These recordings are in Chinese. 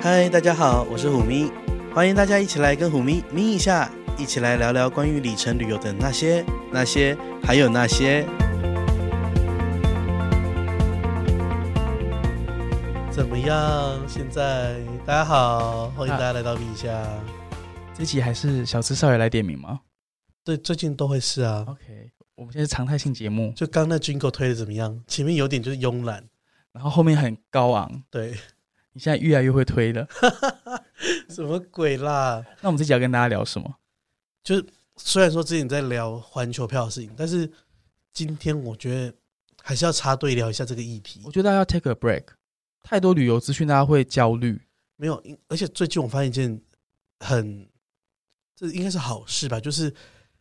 嗨，大家好，我是虎咪，欢迎大家一起来跟虎咪咪一下，一起来聊聊关于里程旅游的那些、那些，还有那些。怎么样？现在大家好，欢迎大家来到咪一下。这期还是小资少爷来点名吗对，最近都会是啊。 ？OK，我们现在是常态性节目，就刚那军购推的怎么样？前面有点就是慵懒，然后后面很高昂，对， 你现在越来越会推 了。什么鬼啦？那我们这期要跟大家聊什么？虽然说之前在聊环球票的事情，但是今天我觉得还是要插队聊一下这个议题我。觉得大家要 take a break，太多旅游资讯，大家会焦虑。没有，因而且最近我发现一件很，这应该是好事吧，就是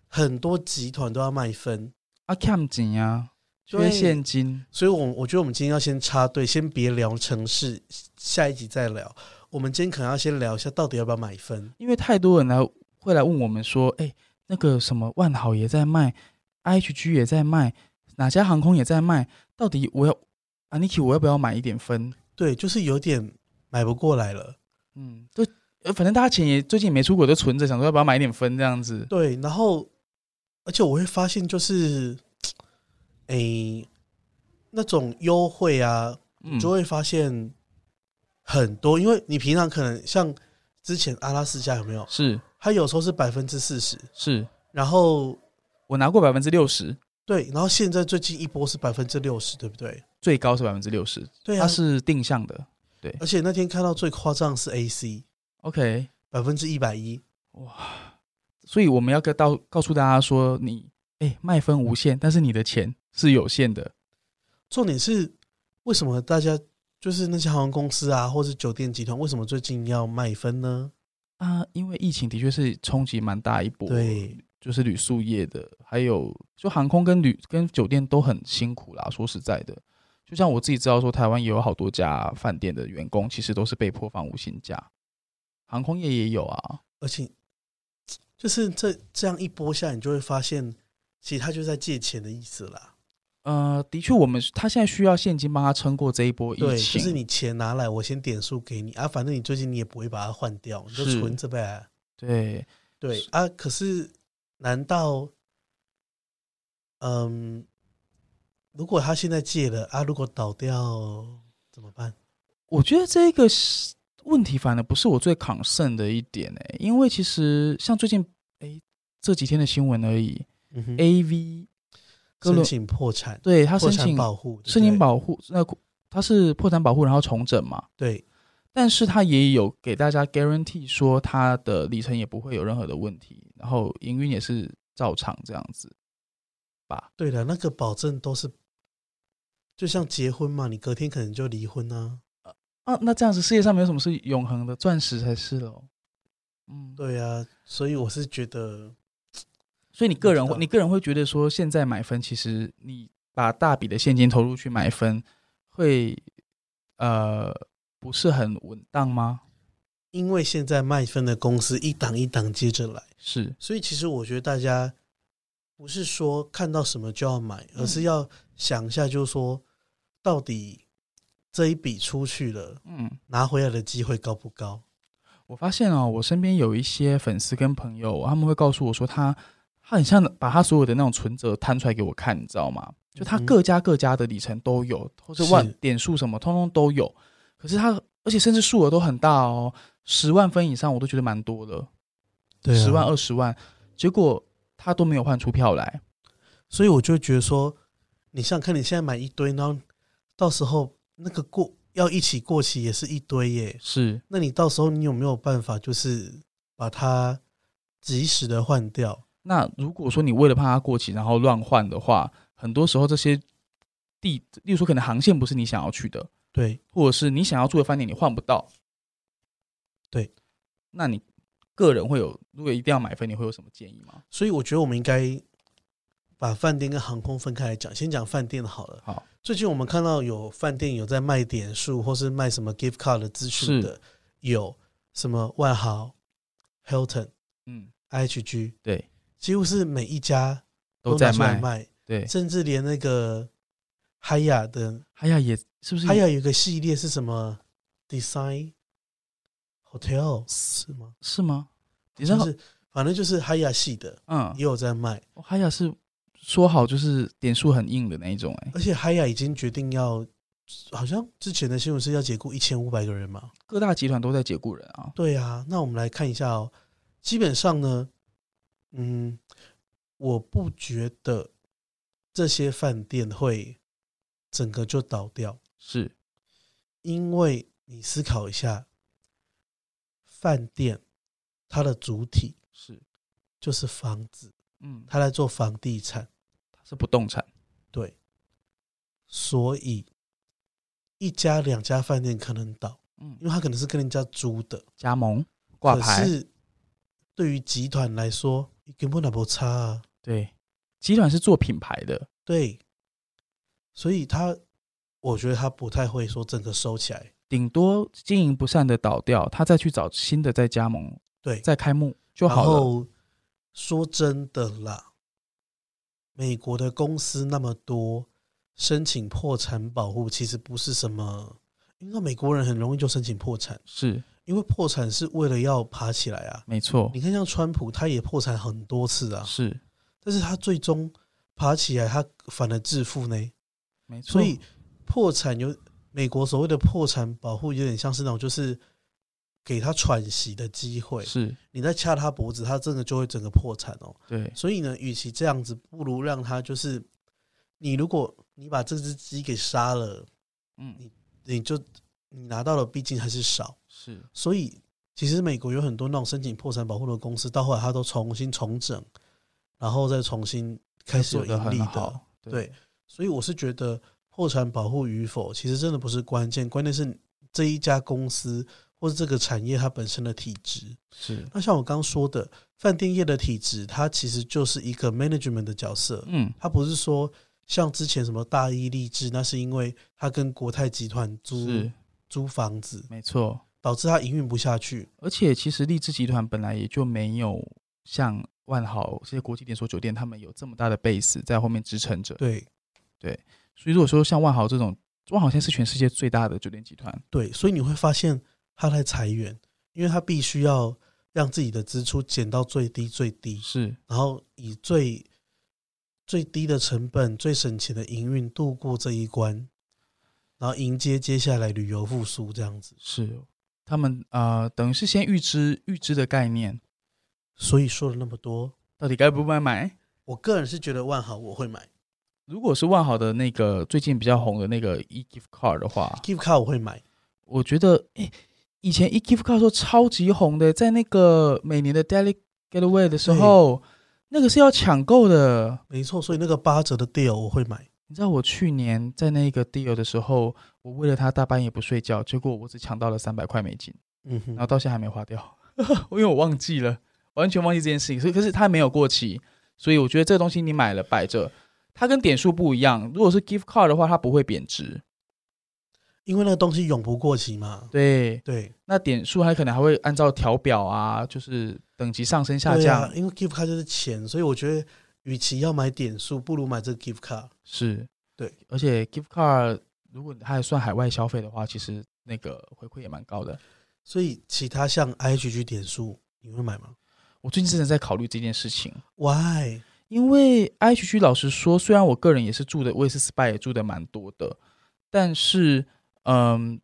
很多集团都要卖分，啊，cam 紧呀，缺对现金，所以我我觉得我们今天要先插队，先别聊城市，下一集再聊。我们今天可能要先聊一下到底要不要买分。因为太多人来会来问我们说，哎、那个什么万豪也在卖，IHG 也在卖，哪家航空也在卖，到底我要 Aniki 我要不要买一点分？对，就是有点买不过来了。嗯，就呃反正大家钱也最近也没出国，都存着，想说要不要买一点分这样子。对，然后而且我会发现，就是，诶、那种优惠啊，嗯就会发现很多，因为你平常可能像之前阿拉斯加有没有？是它有时候是百分之四十，是，然后我拿过百分之六十，对，然后现在最近一波是百分之六十，对不对？最高是百分之六十，对啊它，是定向的。而且那天看到最夸张的是 AC OK，百分之一百一，所以我们要跟到告诉大家说，你哎卖分无限，但是你的钱是有限的。重点是为什么大家就是那些航空公司啊，或是酒店集团，为什么最近要卖分呢？啊，因为疫情的确是冲击蛮大一波，对，就是旅宿业的，还有就航空跟旅跟酒店都很辛苦啦。说实在的，就像我自己知道说，台湾也有好多家饭店的员工其实都是被迫放无薪假，航空业也有啊。而且就是这这样一波下，你就会发现，其实他就在借钱的意思啦。呃，的确，我们他现在需要现金帮他撑过这一波疫对，就情，是你钱拿来，我先点数给你啊，反正你最近你也不会把它换掉，你就是存着呗。对对是啊，可是难道，嗯，如果他现在借了啊，如果倒掉怎么办？我觉得这个是问题反而不是我最 concern 的一点诶、因为其实像最近诶这几天的新闻而已嗯哼， ，A V 哥申伦请破产，对他申破产请保护，对不申请对保护，那他是破产保护，然后重整嘛，对，但是他也有给大家 guarantee 说他的里程也不会有任何的问题，然后营运也是照常这样子。对了，那个保证都是，就像结婚嘛，你隔天可能就离婚啊。啊，那这样子世界上没有什么是永恒的，钻石才是喽。嗯，，对啊，所以我是觉得，所以你个人我会，知道你个人会觉得说，现在买分，其实你把大笔的现金投入去买分，会呃不是很稳当吗？因为现在卖分的公司一档一档接着来，是，所以其实我觉得大家不是说看到什么就要买，而是要想一下，就是说到底这一笔出去了，嗯，拿回来的机会高不高？我发现哦，我身边有一些粉丝跟朋友，他们会告诉我说他，他很像把他所有的那种存折摊出来给我看，你知道吗？就嗯他哼各家各家的里程都有，或是是万点数什么，通通都有。可是他，而且甚至数额都很大哦，十万分以上我都觉得蛮多的，对啊十、万、二十万，结果他都没有换出票来。所以我就觉得说，你想想看，你现在买一堆，然后到时候那个过要一起过期也是一堆耶，是，那你到时候你有没有办法就是把它及时的换掉？那如果说你为了怕它过期，然后乱换的话，很多时候这些地，例如说可能航线不是你想要去的，对，或者是你想要住的饭店你换不到，对，那你个人会有，如果一定要买分，你会有什么建议吗？所以我觉得我们应该把饭店跟航空分开来讲，先讲饭店好了。好，最近我们看到有饭店有在卖点数或是卖什么 gift card 的资讯的，有什么万豪、Hilton、嗯， IHG，对，几乎是每一家都拿在出来卖，卖，对，甚至连那个海雅的还有也是不是？海雅有个系列是什么 Design Hotel 是吗？是吗？你知道就，是反正就是海雅系的嗯，也有在卖，哦海雅是说好就是点数很硬的那一种、哎，而且海雅已经决定要，好像之前的新闻是要解雇一千五百个人嘛。各大集团都在解雇人啊。对啊，那我们来看一下哦。基本上呢，嗯，我不觉得这些饭店会整个就倒掉，是，因为你思考一下，饭店它的主体是，就是房子，嗯，它它在做房地产，是不动产，对，所以一家两家饭店可能倒，嗯因，为它可能是跟人家租的，加盟挂牌可，是对于集团来说，根本那不差啊。对，集团是做品牌的，对，所以他，我觉得他不太会说整个收起来。顶多经营不善的倒掉，他再去找新的再加盟，对，再开幕就然好了。后说真的啦，美国的公司那么多，申请破产保护其实不是什么，因为美国人很容易就申请破产，是，因为破产是为了要爬起来啊。没错，你看，像川普他也破产很多次啊，是，但是他最终爬起来，他反而致富呢。没错。所以破产有美国所谓的破产保护，有点像是那种就是给他喘息的机会。是你在掐他脖子，他真的就会整个破产哦。对，所以呢，与其这样子，不如让他就是你如果你把这只鸡给杀了，嗯，你就你拿到的毕竟还是少，是所以其实美国有很多那种申请破产保护的公司，到后来他都重新重整，然后再重新开始有做的盈利很的。好，对所以我是觉得破产保护与否，其实真的不是关键，关键是这一家公司或者这个产业它本身的体质。是，那像我刚刚说的，饭店业的体质，它其实就是一个 management 的角色，嗯，它不是说像之前什么大义励志，那是因为它跟国泰集团租是租房子，没错。导致它营运不下去。而且其实励志集团本来也就没有像万豪这些国际连锁酒店，他们有这么大的 base 在后面支撑着。对所以如果说像万豪这种，万豪现在是全世界最大的酒店集团，对，所以你会发现它在裁员，因为它必须要让自己的支出减到最低最低。是然后以最最低的成本、最省钱的营运度过这一关，然后迎接接下来旅游复苏这样子。是，他们呃等于是先预知预知的概念，所以说了那么多，到底该不该买？我个人是觉得万豪我会买如果是万豪的那个最近比较红的那个 e gift card 的话， ，Give Car 我会买，我觉得诶、以前 e gift card 的时候超级红的，在那个每年的 Daily Getaway 的时候，那个是要抢购的。没错。所以那个八折的 deal 我会买，你知道我去年在那个 deal 的时候，我为了它大半夜不睡觉，结果我只抢到了三百块美金。嗯然后哼，到现在还没花掉， 因为我忘记了，完全忘记这件事情。所以可是它没有过期，所以我觉得这个东西你买了摆着，它跟点数不一样。如果是 gift card 的话，它不会贬值，因为那个东西永不过期嘛。对。对，那点数它可能还会按照调表啊，就是等级上升下对降。啊，因为 Give Car 就是钱，所以我觉得与其要买点数，不如买这个 Give Car。是，对。而且 gift card 如果它还算海外消费的话，其实那个回馈也蛮高的。所以其他像 IHG 点数，你会买吗我最近真的在考虑这件事情。 ？Why？因为 H 区老实说，虽然我个人也是住的，我也是 SPA 也住的蛮多的，但是嗯，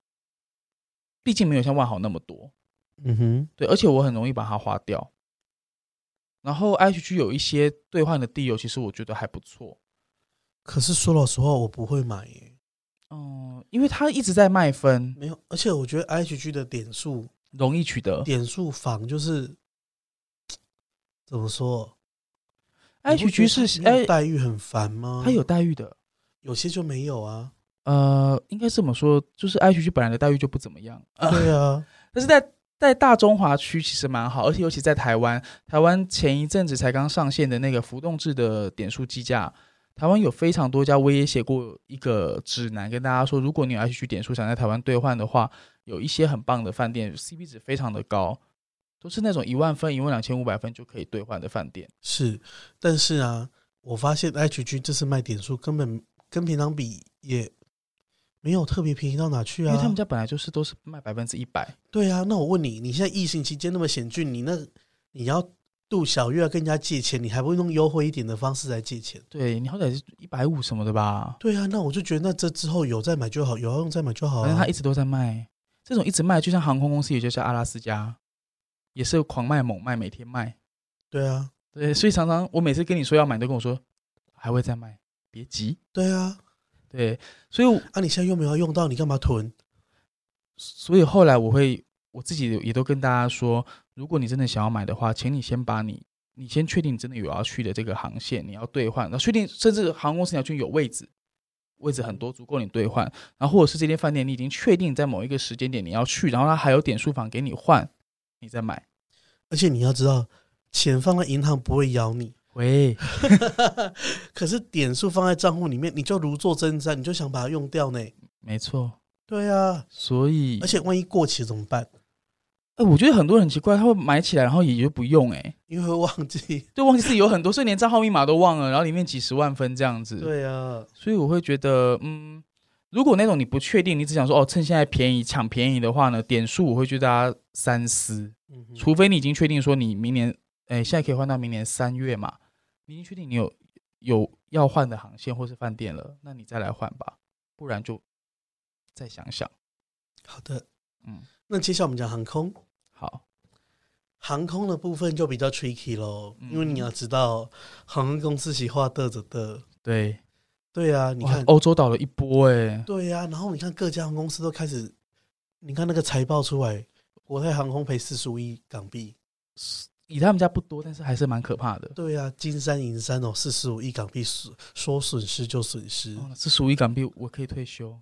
毕竟没有像万豪那么多，嗯哼，对，而且我很容易把它花掉。然后 H 区有一些兑换的地油，其实我觉得还不错，可是说老实话，我不会买耶。嗯，因为它一直在卖分，没有，而且我觉得 IHG 的点数容易取得。点数房就是怎么说 H 区你是不觉得它没有哎，待遇很烦吗？它有待遇的，有些就没有啊。呃，应该这么说，就是 H 区本来的待遇就不怎么样， 啊对啊，但是在在大中华区其实蛮好，而且尤其在台湾，台湾前一阵子才刚上线的那个浮动制的点数计价，台湾有非常多家，我也写过一个指南跟大家说，如果你有 H 区点数想在台湾兑换的话，有一些很棒的饭店 CP 值非常的高，都是那种一万分、一万两千五百分就可以兑换的饭店。是，但是啊，我发现 IHG 这次卖点数根本跟平常比也没有特别便宜到哪去因啊？为他们家本来就是都是卖百分之一百，对啊，那我问你，你现在疫情期间那么险峻，你那你要度小月要跟人家借钱，你还不用用优惠一点的方式来借钱？对你好歹是一百五什么的吧，对啊，那我就觉得那这之后有再买就好，有要用再买就好、反正啊他。一直都在卖。这种一直卖，就像航空公司，也就像阿拉斯加，也是狂卖猛卖，每天卖。对啊，对，所以常常我每次跟你说要买，你都跟我说还会再卖，别急。对啊，对，所以我啊，你现在又没有要用到，你干嘛囤？所以后来我会我自己也都跟大家说，如果你真的想要买的话，请你先把你你先确定你真的有要去的这个航线，你要兑换，然后确定甚至航空公司你要去有位置，位置很多足够你兑换，然后或者是这间饭店你已经确定在某一个时间点你要去，然后它还有点数房给你换，你再买。而且你要知道，钱放在银行不会咬 你，喂，可是点数放在账户里面，你就如坐针毡，你就想把它用掉呢。没错，对啊，所以而且万一过期怎么办？哎、我觉得很多人很奇怪，他会买起来然后也就不用哎、因为会忘记。对，忘记自己有很多，所以连账号密码都忘了，然后里面几十万分这样 子。对啊，所以我会觉得，嗯，如果那种你不确定，你只想说哦，趁现在便宜抢便宜的话呢，点数我会觉得大家三思，嗯哼除非你已经确定说你明年，哎，现在可以换到明年三月嘛，你已经确定你有有要换的航线或是饭店了，那你再来换吧，不然就再想想。好的，嗯，那接下来我们讲航空。好，航空的部分就比较 tricky 咯，嗯因为你要知道，航空公司喜欢嘚着的，对，对啊，你哇看，欧洲倒了一波哎、对啊，然后你看各家航空公司都开始，你看那个财报出来，国泰航空赔四十五亿港币，以他们家不多，但是还是蛮可怕的。对啊，金山银山哦，四十五亿港币损说损失就损失，哦这属于港币，我可以退休。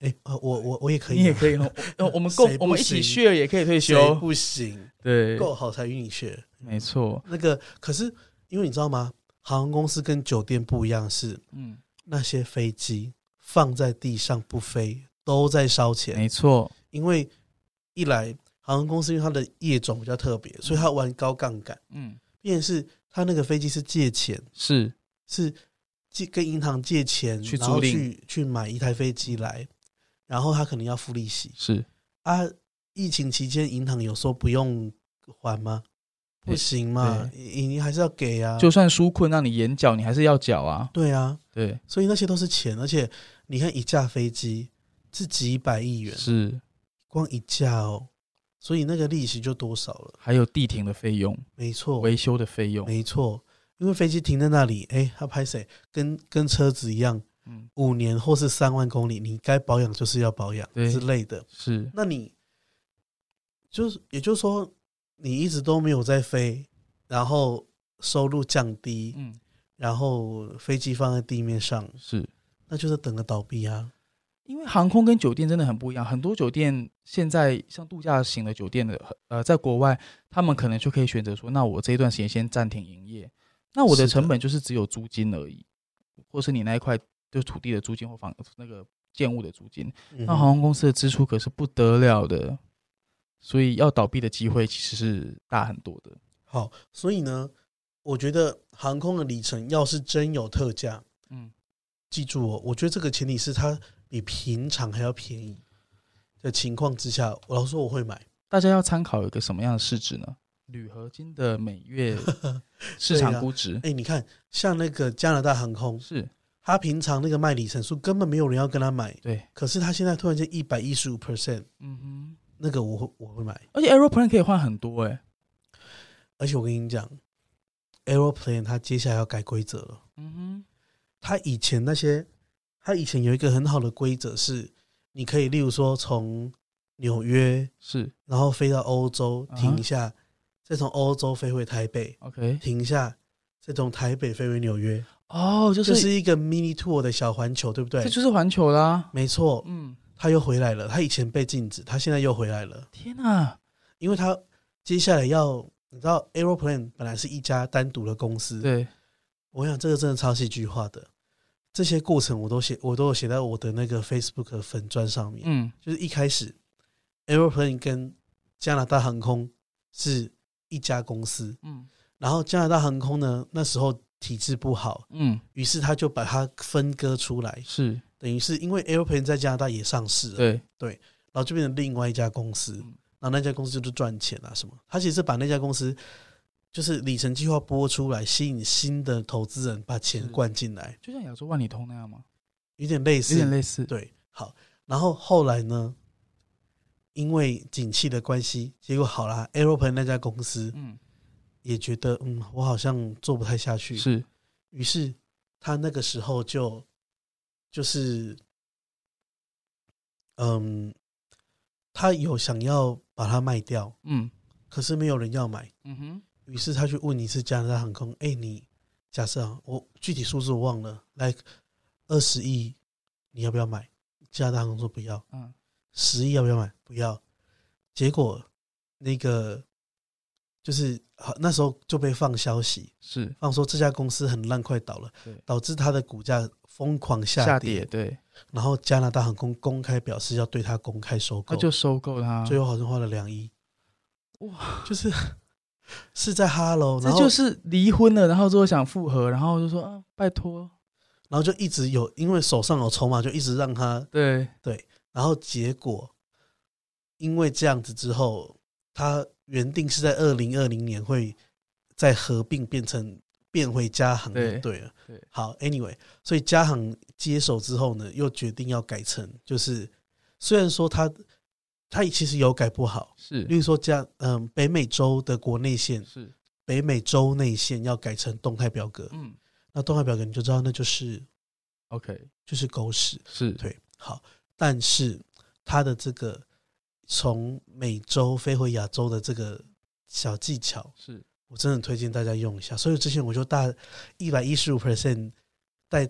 哎、呃我我我也可以啊，你也可以哦，我我们 共谁不我们一起行 share 也可以退谁休，不行，对，够好才与你学。没错，那个可是因为你知道吗？航空公司跟酒店不一样是，嗯，那些飞机放在地上不飞，都在烧钱。没错，因为一来航空公司因为它的业种比较特别，所以它玩高杠杆，嗯，便是它那个飞机是借钱，是是借跟银行借钱，去然后租赁去去买一台飞机来，然后他可能要付利息是，啊。疫情期间，银行有说不用还吗？不对行嘛，你还是要给啊。就算纾困让你延缴，你还是要缴啊，对啊，对，所以那些都是钱，而且你看一架飞机是几百亿元，是，光一架哦，所以那个利息就多少了？还有地停的费用、没错，维修的费哦用，没错，因为飞机停在那里，哎，它拍谁？跟跟车子一样，嗯，五年或是三万公里，你该保养就是要保养对之类的。是那你就是也就是说，你一直都没有在飞，然后收入降低，嗯，然后飞机放在地面上，是那就是等着倒闭啊。因为航空跟酒店真的很不一样，很多酒店现在像度假型的酒店的，呃，在国外他们可能就可以选择说，那我这一段时间先暂停营业，那我是的的成本就是只有租金而已，或是你那一块就是土地的租金或房那个建物的租金，嗯那航空公司的支出可是不得了的，所以要倒闭的机会其实是大很多的。好，所以呢，我觉得航空的里程要是真有特价，嗯，记住哦，我觉得这个前提是它比平常还要便宜的情况之下，我老实说我会买。大家要参考一个什么样的市值呢？铝合金的每 月市场估值、哎，你看，像那个加拿大航空，是它平常那个卖里程数根本没有人要跟他买，对，可是它现在突然间一百一十五 percent，嗯哼，那个我会我会买。而且 Aeroplane 可以换很多哎、而且我跟你讲，Aeroplane 它接下来要改规则了。嗯他以前那些，他以前有一个很好的规则是，你可以例如说从纽约哼，，是然后飞到欧洲啊哈停一下，再从欧洲飞回台北 OK 停一下，再从台北飞回纽约，哦，就这是、是一个 mini tour 的小环球，对不这对？就是环球啦。没错，嗯，他又回来了。他以前被禁止，他现在又回来了，天哪、因为他接下来要，你知道，Aeroplane 本来是一家单独的公司，对，我想这个真的超戏剧化的，这些过程我都写，我都有写在我的那个 Facebook 的粉砖上面。嗯，就是一开始，Aeroplane 跟加拿大航空是一家公司，嗯，然后加拿大航空呢那时候体制不好，嗯，于是他就把它分割出来，是等于是因为 Airplane 在加拿大也上市了，对，然后就变成另外一家公司，嗯然后那家公司就是赚钱啊什么。他其实把那家公司就是里程计划播出来，吸引新的投资人把钱是灌进来，就像亚洲万里通那样嘛，有点类似有，点类似。对，好。然后后来呢，因为景气的关系，结果好啦 a e r o p l a n 那家公司嗯，也觉得，嗯，我好像做不太下去，是于是他那个时候就就是，嗯，他有想要把它卖掉，嗯可是没有人要买，嗯哼，于是他去问一次加拿大航空，哎、你假设啊，我具体数字我忘了，like 二十亿，你要不要买？加拿大航空说不要，嗯十亿要不要买？不要。结果那个就是好那时候就被放消息，是放说这家公司很烂，快倒了对，导致它的股价疯狂下跌。下跌，对，然后加拿大航空公开表示要对它公开收购，他就收购它，最后好像花了两亿，哇，就是是在哈喽，这然后就是离婚了，然后之后想复合，然后就说啊，拜托，然后就一直有，因为手上有筹码，就一直让他，对，然后结果因为这样子之后，他原定是在二零二零年会再合并变成变回加航，对对了，对好，anyway，所以加航接手之后呢，又决定要改成，就是虽然说他他其实有改不好，例是如说加嗯北美洲的国内线，是，北美洲内线要改成动态表格，嗯那动态表格你就知道那就是，OK，就是狗屎。是对，好，但是它的这个从美洲飞回亚洲的这个小技巧，是，我真的推荐大家用一下。所以之前我就大一百一十五 percent 在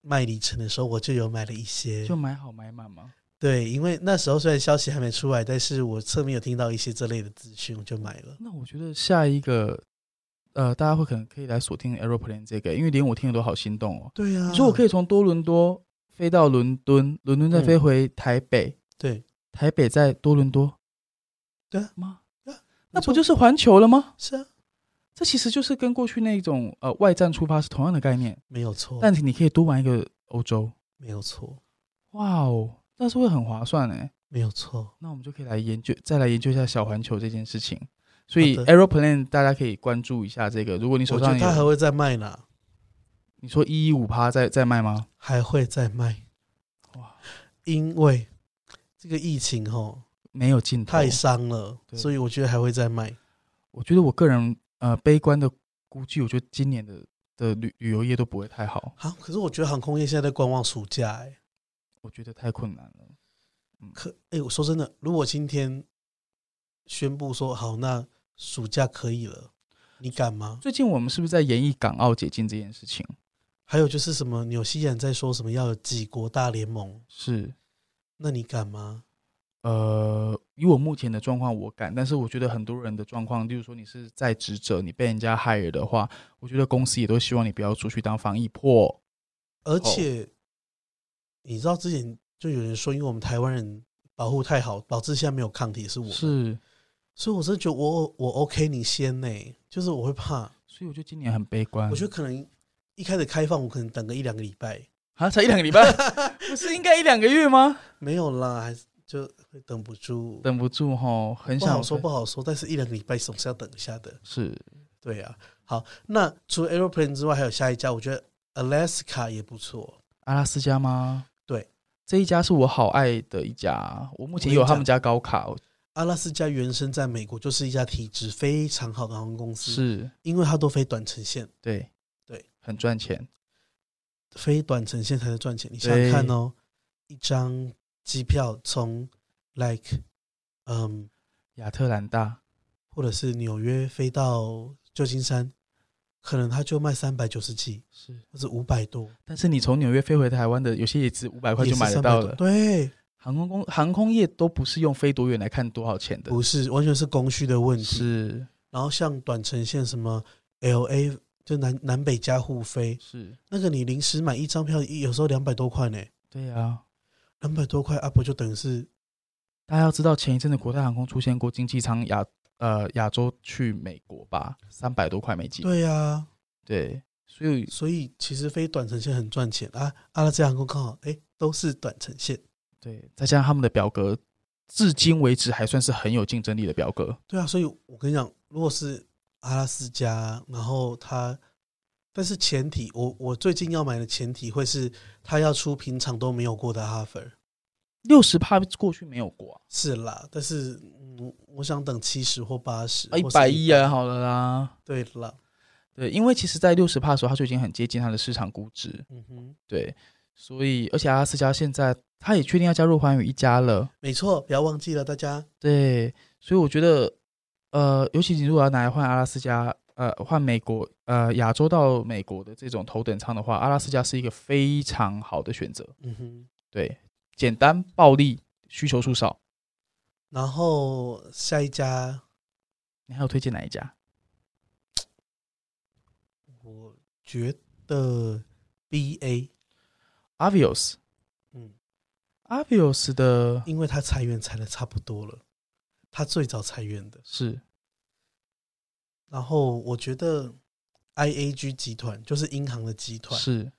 卖里程的时候，我就有买了一些就。买好买满嘛，对，因为那时候虽然消息还没出来，但是我侧面有听到一些这类的资讯，我就买了。那我觉得下一个，呃，大家会可能可以来锁定 Aeroplane 这个，因为连我听的都好心动哦。对呀、啊，你说我可以从多伦多飞到伦敦，伦敦再飞回台北，对，台北在多伦多，对啊吗对啊？没那不错就是环球了吗？是啊，这其实就是跟过去那种呃外站出发是同样的概念，没有错，但是你可以多玩一个欧洲，没有错，哇哦，那是会很划算哎。没有错。那我们就可以来研究，再来研究一下小环球这件事情。所以好的 Aeroplane 大家可以关注一下这个，如果你我手觉上得它还有会再卖呢，你说一一五趴在在卖吗？还会再卖。哇，因为这个疫情吼没有尽头。太伤了，对所以我觉得还会再卖。我觉得我个人呃悲观的估计，我觉得今年的的旅旅游业都不会太好，好、啊可是我觉得航空业现在在观望暑假、哎，我觉得太困难了。可哎、我说真的，如果今天宣布说好，那暑假可以了，你敢吗？最近我们是不是在演绎港澳解禁这件事情？还有就是什么纽西兰在说什么要有几国大联盟，是那你敢吗？呃，以我目前的状况，我敢，但是我觉得很多人的状况，例如说你是在职者，你被人家 hire 的话，我觉得公司也都希望你不要出去当防疫破。而哦且、你知道之前就有人说，因为我们台湾人保护太好，导致现在没有抗体是我，是，所以我真的觉得我我 OK 你先呢、就是我会怕。所以我觉得今年很悲观。我觉得可能一开始开放，我可能等个一两个礼拜，啊，才一两个 礼拜，不是应该一两个月吗？没有啦，还是就会等不住。等不住吼，很不想好说不好说，但是一两个礼拜总是要等一下的。是对啊，好，那除了 Aeroplane 之外，还有下一家，我觉得 Alaska 也不错。阿拉斯加吗？对，这一家是我好爱的一家，我目前我跟你有讲他们家高卡，哦我阿拉斯加原生在美国就是一家体质非常好的航空公司，是因为它都飞短程线，对对，很赚钱，飞短程线才能赚钱。你想想看哦，一张机票从 like 嗯，亚特兰大或者是纽约飞到旧金山，可能它就卖三百九十几，是，或者五百多，但是你从纽约飞回台湾的，有些也只五百块也就是买得到300多了。对，航空公航空业都不是用飞多远来看多少钱的，不是，完全是供需的问题。是然后像短程线什么 L A，就南南北加互飞，是，那个你临时买一张票，有时候两百多块呢，对啊。两百多块 up 就等于是大家要知道，前一阵的国泰航空出现过经济舱亚呃亚洲去美国吧，三百多块美金。对呀、啊对，所以所以其实飞短程线很赚钱啊。阿拉斯加航空刚好哎、都是短程线，对，再加上他们的表格，至今为止还算是很有竞争力的表格。对啊。所以我跟你讲，如果是阿拉斯加，然后它，但是前提我我最近要买的前提会是它要出平常都没有过的哈佛。六十趴过去没有过啊是啦，但是嗯，我想等七十或八十啊，一百一啊，好了啦。对啦，对，因为其实，在六十趴的时候，它就已经很接近它的市场估值。嗯哼，对，所以而且阿拉斯加现在它也确定要加入环宇一家了。没错，不要忘记了大家。对，所以我觉得，呃，尤其你如果要拿来换阿拉斯加，呃，换美国，呃，亚洲到美国的这种头等舱的话，阿拉斯加是一个非常好的选择。嗯哼，对，简单、暴力，需求数少。然后下一家你还有推荐哪一家？我觉得 B A， Avios。嗯， Avios 的因为他裁员裁的差不多了，他最早裁员的。是然后我觉得 I A G 集团就是银行的集团，是，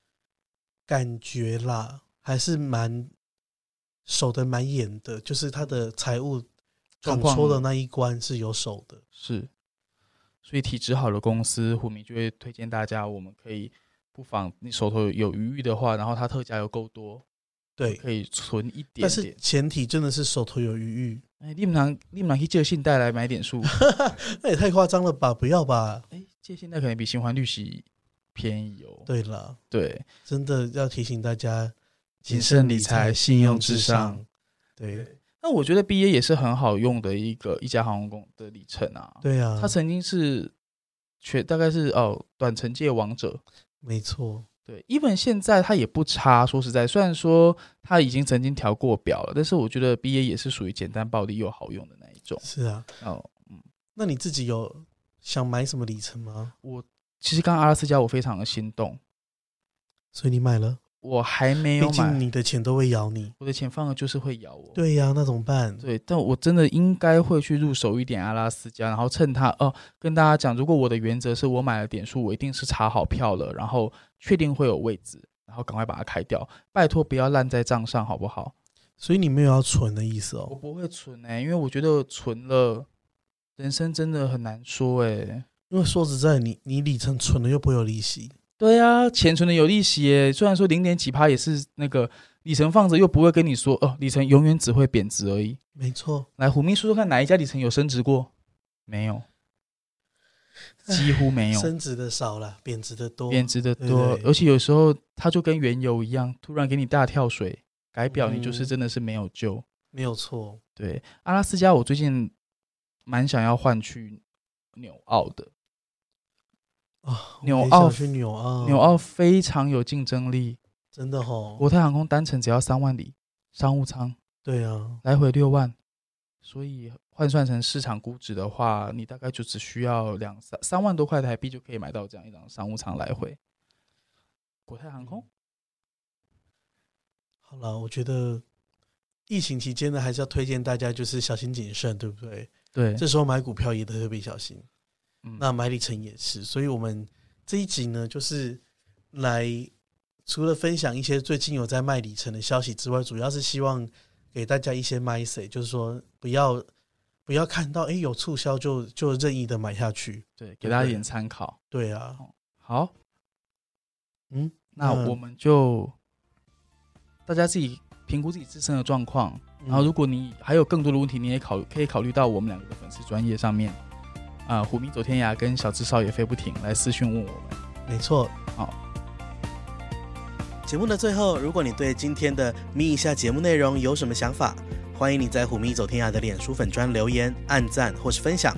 感觉啦还是蛮守的蛮严的，就是他的财务状统况筹的那一关是有守的。是，所以体质好的公司，虎迷就会推荐大家，我们可以不妨你手头有余裕的话，然后它特价又够多，对，可以存一点但是点。前提真的是手头有余裕，哎，立马立马去借信贷来买点 数，那也太夸张了吧？不要吧？哎，借信贷可能比循环利息便宜哦。对了，对，真的要提醒大家谨慎理财，信用至上。。对那我觉得 B A 也是很好用的一个一家航空公的里程啊。对啊，他曾经是全大概是哦短程界王者，没错，对，even 现在他也不差。说实在，虽然说他已经曾经调过表了，但是我觉得 B A 也是属于简单暴力又好用的那一种。是啊。哦，那你自己有想买什么里程吗？我其实刚刚阿拉斯加我非常的心动，所以你买了，我还没毕有竟买，你的钱都会咬你。我的钱放了就是会咬我。对呀、那怎么办？对，但我真的应该会去入手一点阿拉斯加，然后趁它哦，跟大家讲，如果我的原则是我买了点数，我一定是查好票了，然后确定会有位置，然后赶快把它开掉，拜托不要烂在账上，好不好？所以你没有要存的意思我哦，不会存哎、因为我觉得存了，人生真的很难说哎、因为说实在，你你里程存了又不会有利息，对啊，钱存的有利息哎、虽然说零点几趴也是那个里程放着，又不会跟你说哦，里程永远只会贬值而已。没错。来，虎明说说看，哪一家里程有升值过？没有，几乎没有，升值的少了，贬值的多。贬值的对多对，而且有时候它就跟原油一样，突然给你大跳水，改表你就是嗯真的是没有救。没有错，对，阿拉斯加我最近蛮想要换去纽澳的，啊，纽我也想澳去纽澳，纽澳非常有竞争力，真的吼，国泰航空单程只要三万里，商务舱对啊，来回六万，所以换算成市场估值的话，你大概就只需要两三三万多块台币就可以买到这样一张商务舱来回。国泰航空，好了，我觉得疫情期间呢，还是要推荐大家就是小心谨慎，对不对？对，这时候买股票也得特别小心，嗯那买里程也是。所以我们这一集呢，就是来除了分享一些最近有在卖里程的消息之外，主要是希望给大家一些 message，就是说不要不要看到哎有促销就就任意的买下去。对，给大家一点参考。对啊，好，嗯，那嗯我们就大家自己评估自己自身的状况，嗯然后如果你还有更多的问题，你也考可以考虑到我们两个的粉丝专业上面。啊、虎迷走天涯跟小智少爷飞不停来私讯问我们。没错，好。节目的最后，如果你对今天的咪一下节目内容有什么想法，欢迎你在虎咪走天涯的脸书粉专留言、按赞或是分享，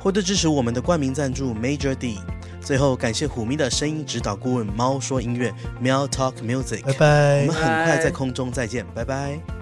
或者支持我们的冠名赞助 Major D。最后，感谢虎咪的声音指导顾问猫说音乐喵 Talk Music，拜拜我们。很快在空中再见，拜拜